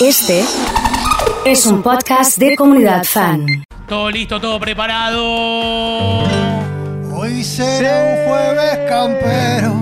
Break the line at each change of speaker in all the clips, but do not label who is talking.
Este es un podcast de comunidad fan.
Todo listo, todo preparado.
Hoy será un jueves campero,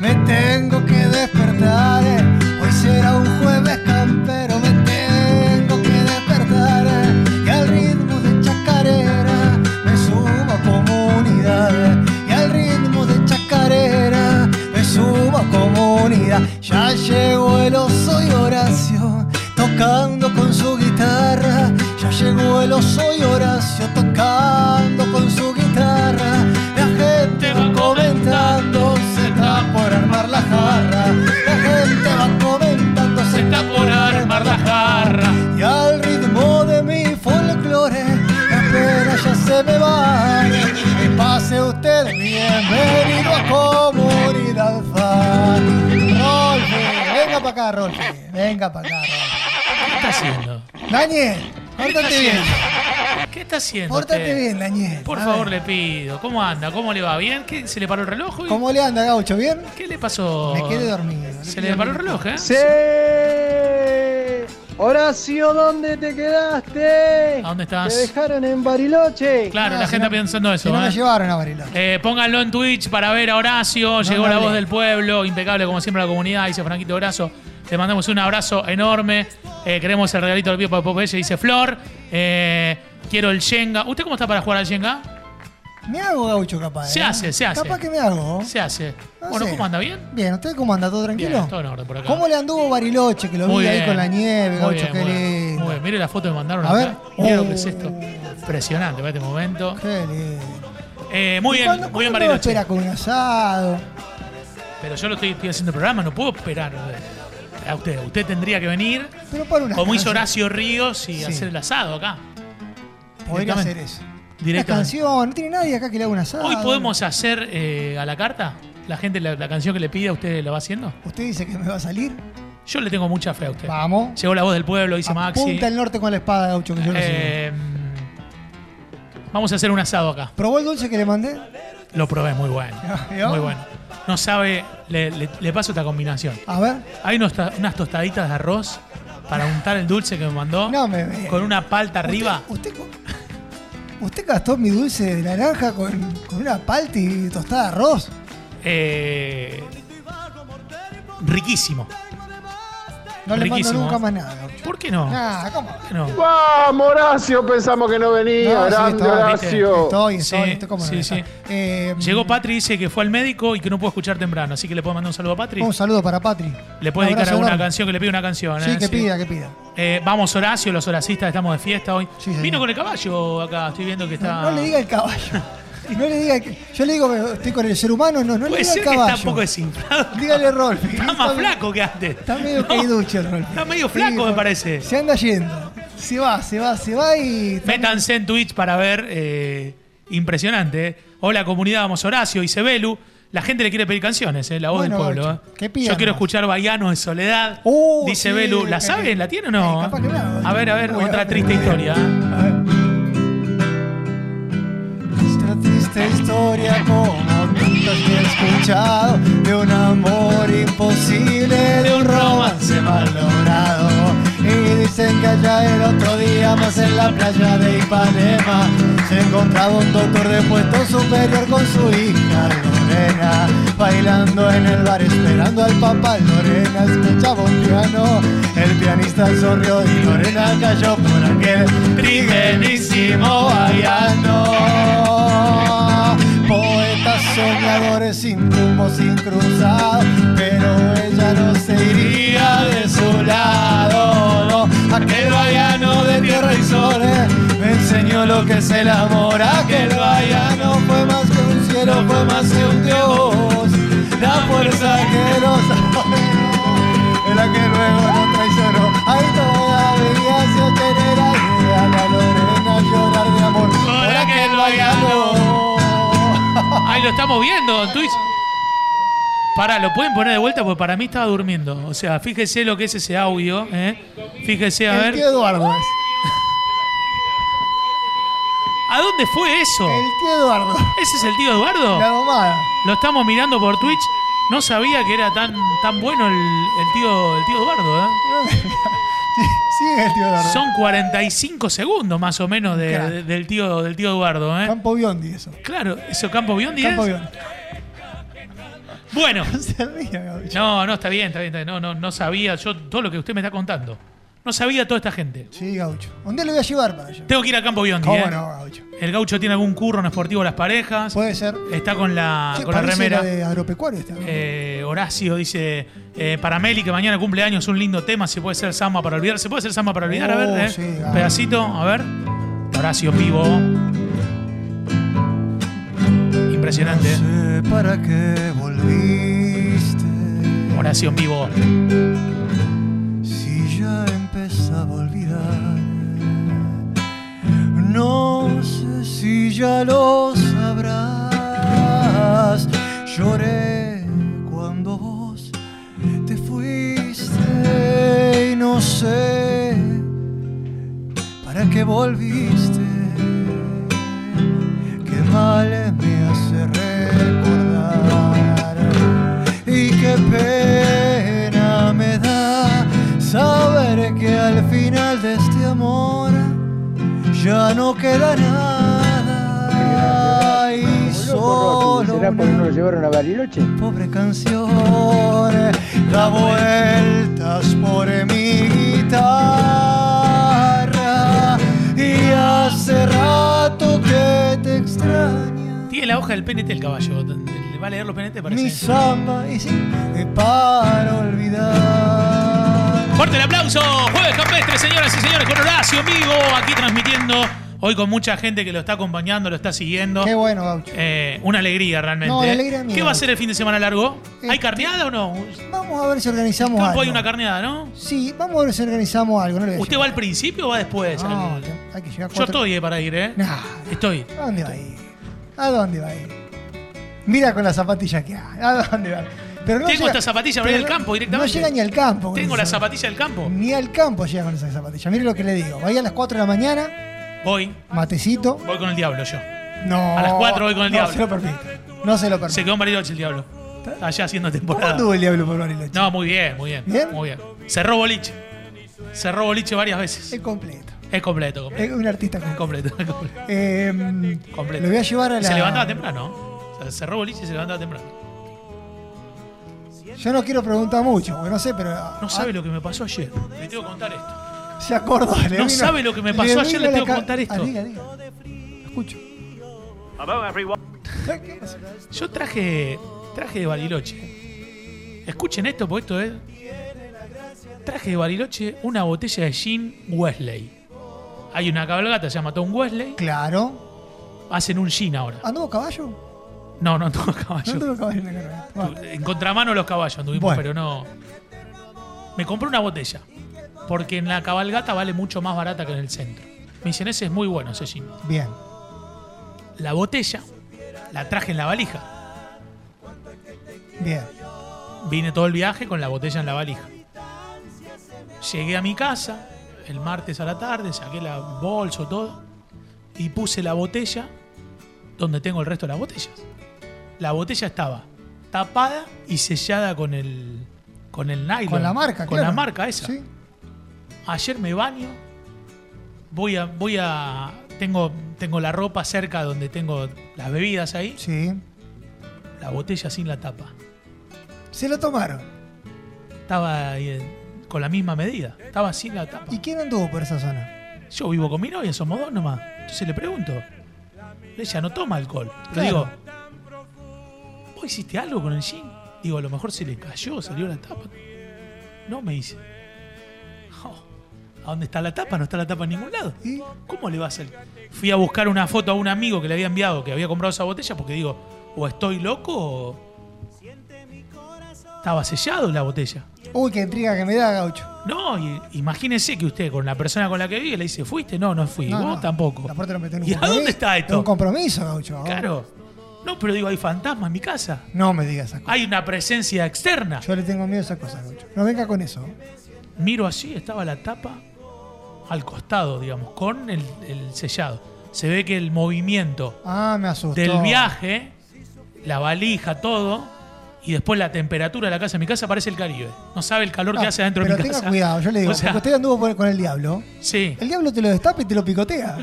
me tengo que despertar. eh. Hoy será un jueves campero, me tengo que despertar. eh. Y al ritmo de chacarera me subo a comunidad. eh. Y al ritmo de chacarera me subo a comunidad. Ya llegó el oso y Horacio tocando con su guitarra. Ya llegó el oso y Horacio tocando con su guitarra. La gente va comentando, se está por armar la jarra. La gente va comentando, se está por armar la jarra. Y al ritmo de mi folclore, la pena ya se me va. Que pase usted bienvenido a Comunidad Fan. Rolfe, venga para acá, Rolfe. Venga para acá, Rolfe.
¿Qué está haciendo?
Daniel, pórtate bien.
¿Qué está haciendo?
Pórtate
usted?
bien, Daniel.
Por
A
favor, le
ver.
pido. ¿Cómo anda? ¿Cómo le va? ¿Bien? ¿Qué, ¿Se le paró el reloj? hoy?
¿Cómo le anda, Gaucho? ¿Bien?
¿Qué le pasó?
Me quedé dormido.
Se le paró el reloj, ¿eh?
¡Sí! Horacio, ¿dónde te quedaste?
¿A dónde
Te
estás?
dejaron en Bariloche.
Claro,
No,
la
Ah, si
gente
no-
pensando
Se
eso,
no me
¿eh?
llevaron a Bariloche.
Eh, pónganlo en Twitch para ver a Horacio. Llegó
no
la
hablé.
voz del pueblo, impecable como siempre la comunidad, dice Franquito Brazo. Te mandamos un abrazo enorme. Eh, queremos el regalito del pie para Popeye, dice Flor. Eh, quiero el Shenga. ¿Usted cómo está para jugar al Shenga?
Me hago Gaucho, capaz.
Se
¿eh?
hace, se hace.
Capaz que me hago.
Se hace.
No
bueno,
sé.
¿cómo anda? ¿Bien?
Bien, ¿usted cómo anda? ¿Todo
Bien,
tranquilo?
todo en orden por acá.
¿Cómo le anduvo Bariloche? Que lo vi ahí con la nieve,
muy
Gaucho,
bien,
qué
muy bien.
lindo.
Muy bien, mire la foto que me mandaron
A
acá.
ver.
Mire lo
Oh.
que es esto. Impresionante para este momento.
Qué lindo.
Eh, muy bien,
¿Cuándo-
muy bien,
cuándo lo
Bariloche.
espera con un asado?
Pero yo lo estoy, estoy haciendo el programa, no puedo esperar eh, a usted. Usted tendría que venir,
Pero para una
como hizo Horacio Ríos, y
Sí.
hacer el asado acá.
Podría
directamente.
hacer eso. Una
Directamente.
canción, no tiene nadie acá que le haga un asado.
Hoy podemos hacer eh, a la carta. La gente, la, la canción que le pide, ¿usted la va haciendo?
¿Usted dice que me va a salir?
Yo le tengo mucha fe a usted.
Vamos.
Llegó la voz del pueblo, dice Maxi.
Punta el norte con la espada, Gaucho, que yo lo sé.
Eh, vamos a hacer un asado acá.
¿Probó el dulce que le mandé?
Lo probé, muy bueno.
¿Vio?
Muy bueno. No sabe, le, le- le paso esta combinación.
A ver.
Hay unos ta- unas tostaditas de arroz para untar el dulce que me mandó.
No me ve.
Con una palta arriba.
¿Usted, usted, co- usted gastó mi dulce de naranja con, con una palta y tostada de arroz?
Eh, riquísimo.
No le
Riquísimo.
mando nunca más nada, Gaucho.
¿Por qué no?
Nah, ¿cómo?
¿Por qué no?
¡Vamos, Horacio! Pensamos que no venía.
No, sí,
¡Grande,
estoy,
Horacio!
Estoy,
Sí,
estoy, estoy como no
sí,
está.
sí.
Eh,
Llegó Patri, dice que fue al médico y que no pudo escuchar temprano. Así que le puedo mandar un saludo a Patri.
Un saludo para Patri.
Le puede
Un
dedicar
abrazo
alguna
enorme.
canción, que le pida una canción.
Sí,
¿eh?
que pida, que pida.
Eh, vamos, Horacio, los horacistas, estamos de fiesta hoy.
Sí, señor.
Vino con el caballo acá, estoy viendo que está.
No, no le diga el caballo. No le diga el- Yo le digo que estoy con el ser humano, no, no le
Puede
diga
ser
el
que
caballo.
está un poco desinflado.
Dígale Rolfi.
Está más flaco que antes.
Está medio
No,
caiducho el Rolfi.
Está medio flaco, me
por-
parece.
Se anda yendo. Se va, se va, se va y.
Métanse en Twitch para ver. eh, impresionante. eh. Hola, comunidad, vamos Horacio y Cebelu. La gente le quiere pedir canciones, eh, la voz
Bueno,
del pueblo.
Gaucho,
eh.
que pidan
Yo quiero
más.
escuchar Baiano en Soledad.
Uh,
dice
sí,
Belu. ¿La
que-
saben? ¿La tiene o
Eh,
no?
capaz que no.
A ver, a ver,
Voy a-
otra triste historia. eh.
A ver. Esta triste historia como tantas que he escuchado De un amor imposible, de un romance mal logrado Y dicen que allá el otro día más en la playa de Ipanema Se encontraba un doctor de puesto superior con su hija Lorena Bailando en el bar esperando al papá Lorena escuchaba un piano El pianista sonrió y Lorena cayó por aquel Primerísimo bailando Poetas soñadores sin rumbo, sin cruzado Pero ella no se iría de su lado no. Aquel baiano de tierra y soles Me enseñó lo que es el amor Aquel baiano fue más que un cielo, fue más que un dios La fuerza que nos en la que luego no traicionó. Ay, todavía se genera a la Lorena llorar de amor.
Por aquel baiano. Ahí lo estamos viendo en Twitch. Pará, lo pueden poner de vuelta porque para mí estaba durmiendo. O sea, fíjese lo que es ese audio. ¿eh? Fíjese, a
El tío
ver.
Eduardo es.
¿A dónde fue eso?
El tío Eduardo.
¿Ese es el tío Eduardo?
La domada.
Lo estamos mirando por Twitch. No sabía que era tan, tan bueno el, el tío, el tío Eduardo. ¿eh?
¿Quién es el tío Eduardo?
Son eh. 45 segundos más o menos de-
Crack.
de- del, tío, del tío Eduardo, ¿eh?
Campo Biondi, eso.
Claro, eso Campo Biondi
Campo
es?
Biondi.
Bueno.
No se ría, Gaucho.
No, no, está bien, está bien, está bien. No, no, no sabía yo todo lo que usted me está contando. No sabía toda esta gente.
Sí, Gaucho. ¿Dónde le voy a llevar para allá?
Tengo que ir a Campo Biondi,
¿Cómo
¿eh?
no, Gaucho?
El gaucho tiene algún curro en esportivo las parejas.
Puede ser.
Está con la,
Che,
Ah, con la
parece
remera.
de agropecuario esta. ¿no?
Eh, Horacio dice, eh, para Meli que mañana cumple años, un lindo tema, si puede ser Samba para olvidar. ¿Se puede ser Samba para olvidar? a
Oh,
ver, eh.
sí, dale.
pedacito, a ver. Horacio Pivo. Impresionante. eh.
No sé para qué volviste.
Horacio Pivo.
Si ya empezaba a olvidar. No sé si ya lo sabrás. Lloré cuando vos te fuiste y no sé para qué volviste. Qué mal me hace recordar y qué pena me da saber que al final de este amor ya no queda nada y solo
¿Será porque
una
no lo llevaron a Bariloche?
pobre canción da vueltas por mi guitarra y hace rato que te extraña
Tiene la hoja del PNT el caballo. ¿Le va a leer los PNT?
mi
Parece.
samba y sí, eh, para olvidar
Fuerte el aplauso. Jueves campestre, señoras y señores, con Horacio Pivo aquí transmitiendo. Hoy con mucha gente que lo está acompañando, lo está siguiendo.
qué bueno Gaucho
Eh, una alegría realmente.
No, la
¿eh?
alegría mía.
¿Qué va a ser el fin de semana largo?
Eh,
¿Hay carneada o no?
vamos a ver si organizamos
Campo
algo
hay una carneada, ¿no?
sí vamos a ver si organizamos algo no le voy a
¿Usted va al principio o va después?
decir.
Al-
No, te- hay que llegar
Yo
cuatro-
estoy eh, para ir, ¿eh?
Nah.
Estoy.
¿A dónde va a ir? ¿A dónde va a ir? Mira con la zapatilla que hay. ¿A dónde va? Pero
Tengo esta zapatilla, me voy
pero
al
no-
campo directamente.
No llega ni al campo. con
Tengo
esa
la zapatilla del campo.
Ni al campo llega con esa zapatilla. Mire lo que le digo. Vaya a las 4 de la mañana,
Voy,
matecito.
voy con el diablo yo.
No.
A las 4 voy con el
no
diablo.
se lo permite. No se lo
Se
permite.
quedó en Bariloche el diablo. Allá haciendo
¿Cómo
temporada.
anduvo el diablo por Bariloche?
No, muy bien, muy bien.
¿Bien?
Muy bien. Cerró boliche. Cerró boliche varias veces.
Es completo.
Es completo, completo.
Es un artista completo.
Completo, completo.
Eh,
completo.
Lo voy a llevar a
Y
la.
Se levantaba temprano. O sea, cerró boliche y se levantaba temprano.
Yo no quiero preguntar mucho, porque no sé, pero.
No
Ah.
sabe lo que me pasó ayer. Le tengo que contar esto.
Se acordó. le
No
vino-
sabe lo que me pasó ayer,
vino
le
la
tengo que
ca-
contar esto.
Ah, diga, diga. Lo escucho. ¿Qué pasa?
Yo traje traje de Bariloche. Escuchen esto, porque esto es. Traje de Bariloche una botella de gin Wesley. Hay una cabalgata, se llama Tom Wesley.
Claro.
Hacen un gin ahora.
¿Anduvo caballo?
No, no tengo
No
caballo.
anduvo caballo en la carrera. Bueno,
En contramano los caballos tuvimos,
Bueno.
pero no. Me compré una botella. Porque en la cabalgata vale mucho más barata que en el centro. Me dicen, ese es muy bueno, ese gin.
bien.
La botella la traje en la valija.
Bien.
Vine todo el viaje con la botella en la valija. Llegué a mi casa el martes a la tarde, saqué la bolso, todo, y puse la botella donde tengo el resto de las botellas. La botella estaba tapada y sellada con el con el nylon.
Con la marca,
Con
claro.
la marca esa.
Sí.
Ayer me baño, voy a voy a tengo tengo la ropa cerca donde tengo las bebidas ahí,
Sí.
la botella sin la tapa.
Se lo tomaron.
estaba eh, con la misma medida, estaba sin la tapa.
¿Y quién anduvo por esa zona?
Yo vivo con mi novia, somos dos nomás. Entonces le pregunto, ella no toma alcohol. Le digo,
Claro.
¿vos hiciste algo con el gin? Digo, a lo mejor se le cayó, salió la tapa. No, me dice. "Jo, ¿A dónde está la tapa? No está la tapa en ningún lado.
¿Y?
¿Cómo le va a salir? Fui a buscar una foto a un amigo que le había enviado, que había comprado esa botella, porque digo, o estoy loco o... Estaba sellado la botella.
Uy, qué intriga que me da, Gaucho.
No, y- imagínese que usted con la persona con la que vive le dice, ¿fuiste? No, no fui.
No,
Vos
no.
tampoco.
Aparte lo metió en un
¿Y a dónde
compromiso.
está
En
esto?
Un compromiso, Gaucho.
Claro. No, pero digo, hay fantasma en mi casa.
No me digas esas cosas.
Hay una presencia externa.
Yo le tengo miedo a esas cosas, Gaucho. No venga con eso.
Miro así, estaba la tapa al costado, digamos, con el, el sellado. Se ve que el movimiento
Ah, me asustó.
del viaje, la valija, todo, y después la temperatura de la casa. En mi casa parece el Caribe. No sabe el calor que
Ah,
hace adentro de
pero
mi
tenga
casa.
cuidado, yo le digo,
O sea,
porque usted anduvo por- con el diablo.
sí.
El diablo te lo destapa y te lo picotea.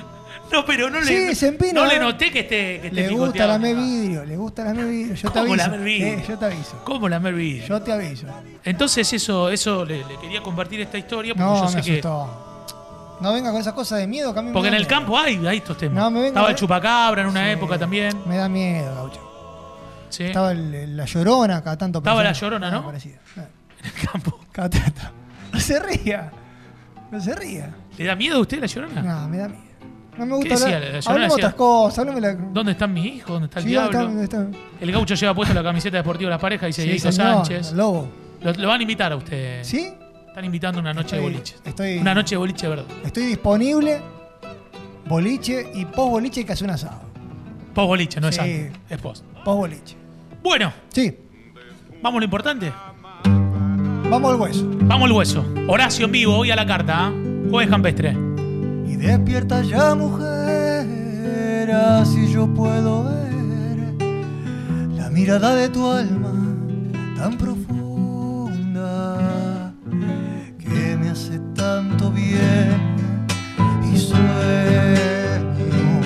No, pero no le,
Sí, se empina. ¿eh?
no le noté que esté, que esté
Le gusta
Este picoteado.
la me vidrio, le gusta la me vidrio. Yo te
¿Cómo
aviso.
la me vidrio?
Eh, yo te aviso.
¿Cómo la Mervi?
Yo te aviso.
Entonces eso, eso le, le quería compartir esta historia porque
No,
yo
me
sé que.
asustó. No venga con esas cosas de miedo, que a mí me
Porque en
da
el
miedo.
campo hay, hay estos temas.
No, me venga
Estaba el
con-
chupacabra en una
Sí.
época también.
Me da miedo, gaucho.
Sí.
Estaba el- el- la llorona cada tanto.
Estaba
aparecía.
la llorona,
Ah,
¿no?
aparecía. Ah,
En el campo.
Cada tanto. No se ría. No se ría.
¿Le da miedo a usted la llorona?
No, me da miedo. No me gusta
Ah. decía
hablar.
la- la llorona?
Hablemos
Decía-
otras cosas. Hablemos de la...
¿Dónde están mis hijos? ¿Dónde está el
Sí,
diablo?
está- está-
El gaucho lleva puesto la camiseta deportiva de la pareja y se
Sí,
Diego
señor,
Sánchez.
el Lobo.
Lo, lo van a invitar a usted.
¿Sí?
Están invitando a una noche de
Estoy-
boliche.
estoy-
Una noche de boliche, ¿verdad?
Estoy disponible. Boliche y post boliche hay que hacer un asado.
Post boliche, no es
Sí.
antes. Es post.
Post boliche.
Bueno,
Sí.
vamos a lo importante.
Vamos al hueso.
Vamos al hueso. Horacio en vivo, hoy a la carta. ¿ah? Jueves campestre.
Y despierta ya mujer, así yo puedo ver la mirada de tu alma tan profunda que me hace tanto bien. Y sueño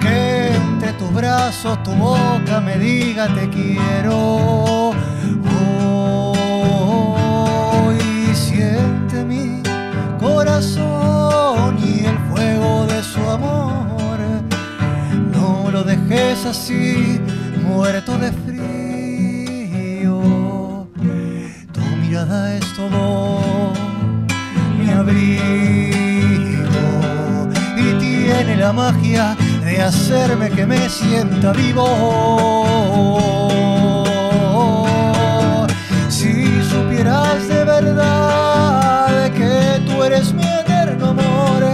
que entre tus brazos tu boca me diga te quiero. Hoy siente mi corazón y el fuego de su amor. No lo dejes así, muerto de frío. Tu mirada es todo mi abrigo y tiene la magia de hacerme que me sienta vivo. Si supieras de verdad que tú eres mi eterno amor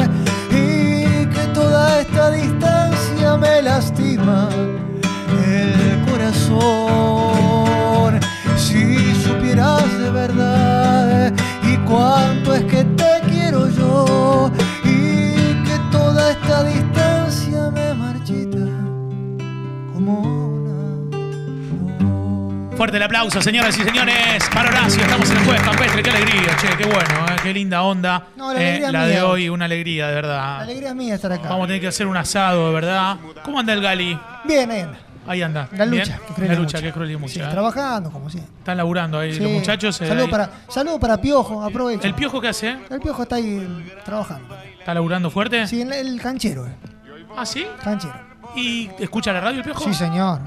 y que toda esta distancia me lastima el corazón. Si supieras de verdad y cuánto es que te quiero yo y que toda esta distancia me marchita como una flor.
Fuerte el aplauso, señoras y señores. Para Horacio, estamos en el jueves campestre. Qué alegría, che, qué bueno, eh, qué linda onda.
No, la
Eh,
alegría
la
mía.
de hoy, una alegría, de
La
verdad.
alegría es mía estar acá.
Vamos a tener que hacer un asado, de verdad. ¿Cómo anda el Gali?
Bien, ahí anda.
Ahí anda.
La
¿Bien?
lucha, que creo
La
que
lucha,
mucha.
que es cruel y mucha,
Sí,
eh.
Trabajando, como siempre.
Están laburando ahí
Sí.
los muchachos. eh,
Saludo
ahí.
para, saludo para Piojo, aprovecha.
¿El Eh. piojo qué hace?
El Piojo está ahí trabajando.
¿Está laburando fuerte?
Sí, el, el canchero, eh.
¿Ah, sí?
Canchero.
¿Y escucha la radio el piojo?
Sí, señor.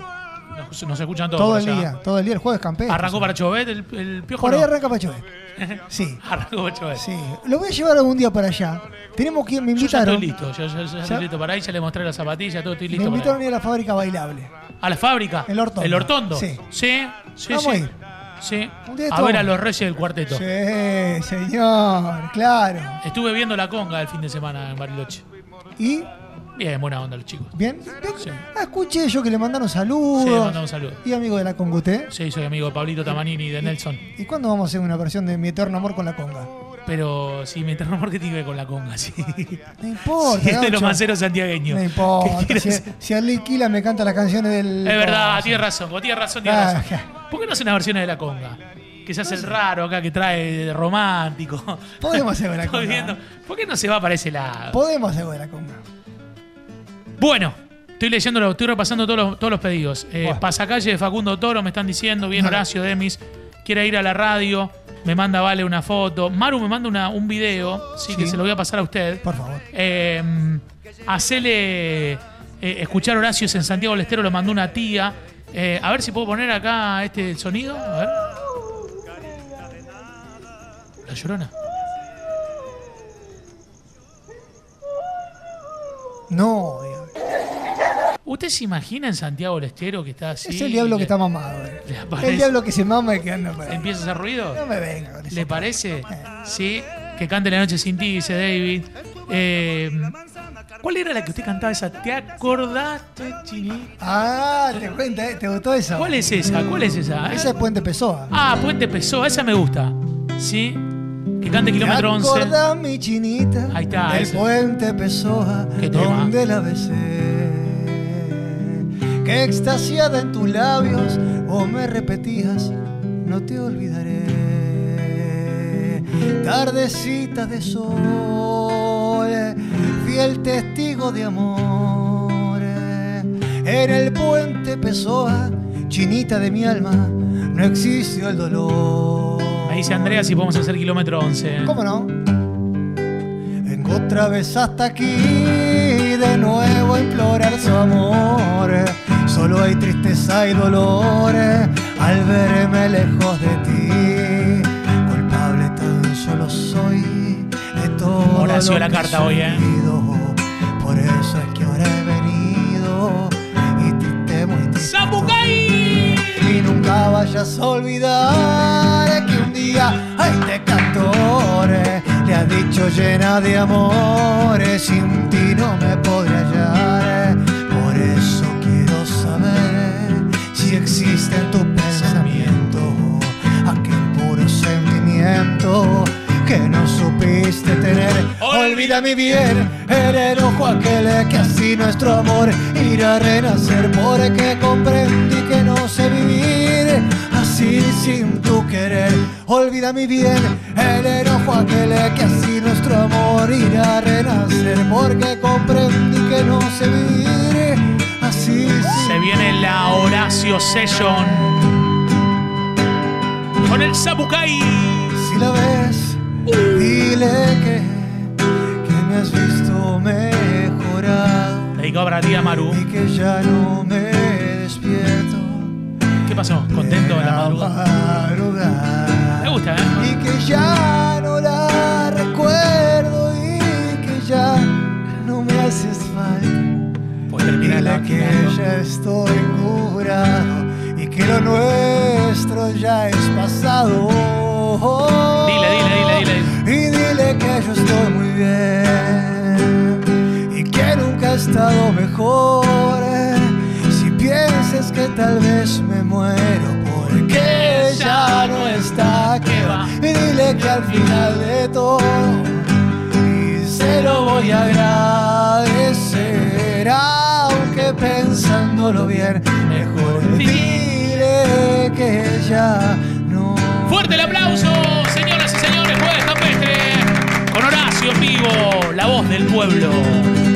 Nos, nos escuchan todos.
Todo
por
el
allá.
día, todo el día. El jueves campeón.
¿Arrancó para Chovet el, el piojo?
Por ahí
no?
arranca Pachoe. Sí,
Arrancó para Chovet.
sí. Lo voy a llevar algún día para allá. Tenemos que me
Yo ya
invitaron.
estoy listo, yo, yo- yo ya estoy listo para ahí, ya le mostré la zapatilla, todo estoy
Me
listo para
invitaron
ahí.
a ir a la fábrica bailable.
¿A la fábrica?
El Ortondo.
¿El Ortondo?
Sí.
Sí, sí,
Vamos a
sí.
ir.
Sí.
Un día
A ver a
estamos.
los reyes del cuarteto.
Sí, señor, claro.
Estuve viendo la conga el fin de semana en Bariloche.
¿Y?
Bien, buena onda los chicos.
¿Bien? bien.
Sí.
Ah, escuché yo que le mandaron saludos.
Sí, le mandamos saludos.
Y amigo de la Conguté.
Sí, soy amigo de Pablito Tamanini y de Nelson.
¿Y cuándo vamos a hacer una versión de Mi Eterno Amor con la Conga?
Pero sí, me interrumpo porque tiene que ver con la conga, sí.
No importa.
Sí, es de los
gaucho.
maceros santiagueños.
No
¿Qué
importa.
quieres
Si,
hacer?
si Ali Quila me canta las canciones del.
Es verdad, tiene razón, vos tienes razón, tienes
Ah,
razón.
ja.
¿Por qué no hacen una versión de la conga? Que se hace el raro acá, que trae de romántico.
Podemos hacer la
Estoy
conga.
viendo. ¿Por qué no se va para ese lado?
Podemos hacer de la Conga.
Bueno, estoy leyéndolo, estoy repasando todos los, todos los pedidos. Eh,
Bueno.
Pasacalle de Facundo Toro, me están diciendo, bien
Bueno.
Horacio Demis, quiere ir a la radio, me manda Vale una foto. Maru me manda una- un video, sí, que
Sí.
se lo voy a pasar a usted.
Por favor.
Eh, hacele eh, escuchar Horacios en Santiago del Estero, lo mandó una tía. Eh, a ver si puedo poner acá este sonido. A ver. La llorona.
No, eh, digo,
¿Usted se imagina en Santiago del Estero que está así?
es el diablo
y
que
le-
está mamado. eh.
le aparece-
El diablo que se mama y que anda por ahí.
¿Empieza a hacer ruido?
No me venga con eso.
¿Le parece? Sí. Que cante La Noche Sin Ti, dice David. Eh, ¿Cuál era la que usted cantaba esa? ¿Te acordaste, Chini?
Ah, te cuenta, eh, ¿te gustó esa?
¿Cuál es esa? ¿Cuál es esa?
Esa es Puente Pesoa.
Ah, Puente Pesó, esa me gusta. ¿Sí? Que cante Kilómetro 11.
Recuerda mi chinita.
Ahí está,
El
ese.
puente Pesoa.
Qué tema.
donde la besé. Que extasiada en tu tus labios vos me repetías, no te olvidaré. Tardecitas de sol, fiel testigo de amor. En el puente Pessoa, chinita de mi alma, no existió el dolor.
Me dice Andrea si podemos hacer kilómetro 11. ¿eh?
¿Cómo no? Vengo otra vez hasta aquí, de nuevo a implorar su amor. Solo hay tristeza y dolor al verme lejos de ti. Culpable tan solo soy de todo.
Horacio
lo
la
que he
carta hoy, ¿eh?
sufrido. Por eso es que ahora he venido y te temo y te
¡Sapucay!
y nunca vayas a olvidar que un día a este cantor eh, le ha dicho llena de amores, sin ti no me podré hallar. eh. Por eso quiero saber si existe en tu pensamiento aquel puro sentimiento que no supiste tener. Olvida mi bien, el enojo aquel que así nuestro amor irá a renacer porque comprendí que no sé vivir así sin tu querer. Olvida mi bien, el enojo aquel que así nuestro amor irá a renacer porque comprendí que no sé vivir así sin
Se viene la Horacio Session. Con el Sapucay.
Si la ves, dile que, que me has visto mejorado
Dedicado para la tía Maru.
y que ya no me despierto.
¿Qué pasó? ¿Contento de la madrugada?
madrugada.
Me gusta, ¿eh?
Y que ya no la recuerdo y que ya no me haces falta.
Pues termina la
Dile que ya estoy curado y que lo nuestro ya es pasado.
Dile, dile, dile, dile.
Y dile que yo estoy muy bien y que nunca he estado mejor. eh. Si piensas que tal vez me muero porque ya no está que va. Y dile que al final de todo y se lo voy a agradecer. Aunque pensándolo bien, mejor dile que ya no.
Fuerte el aplauso, señoras y señores, jueves campestre. Con Horacio en vivo, la voz del pueblo.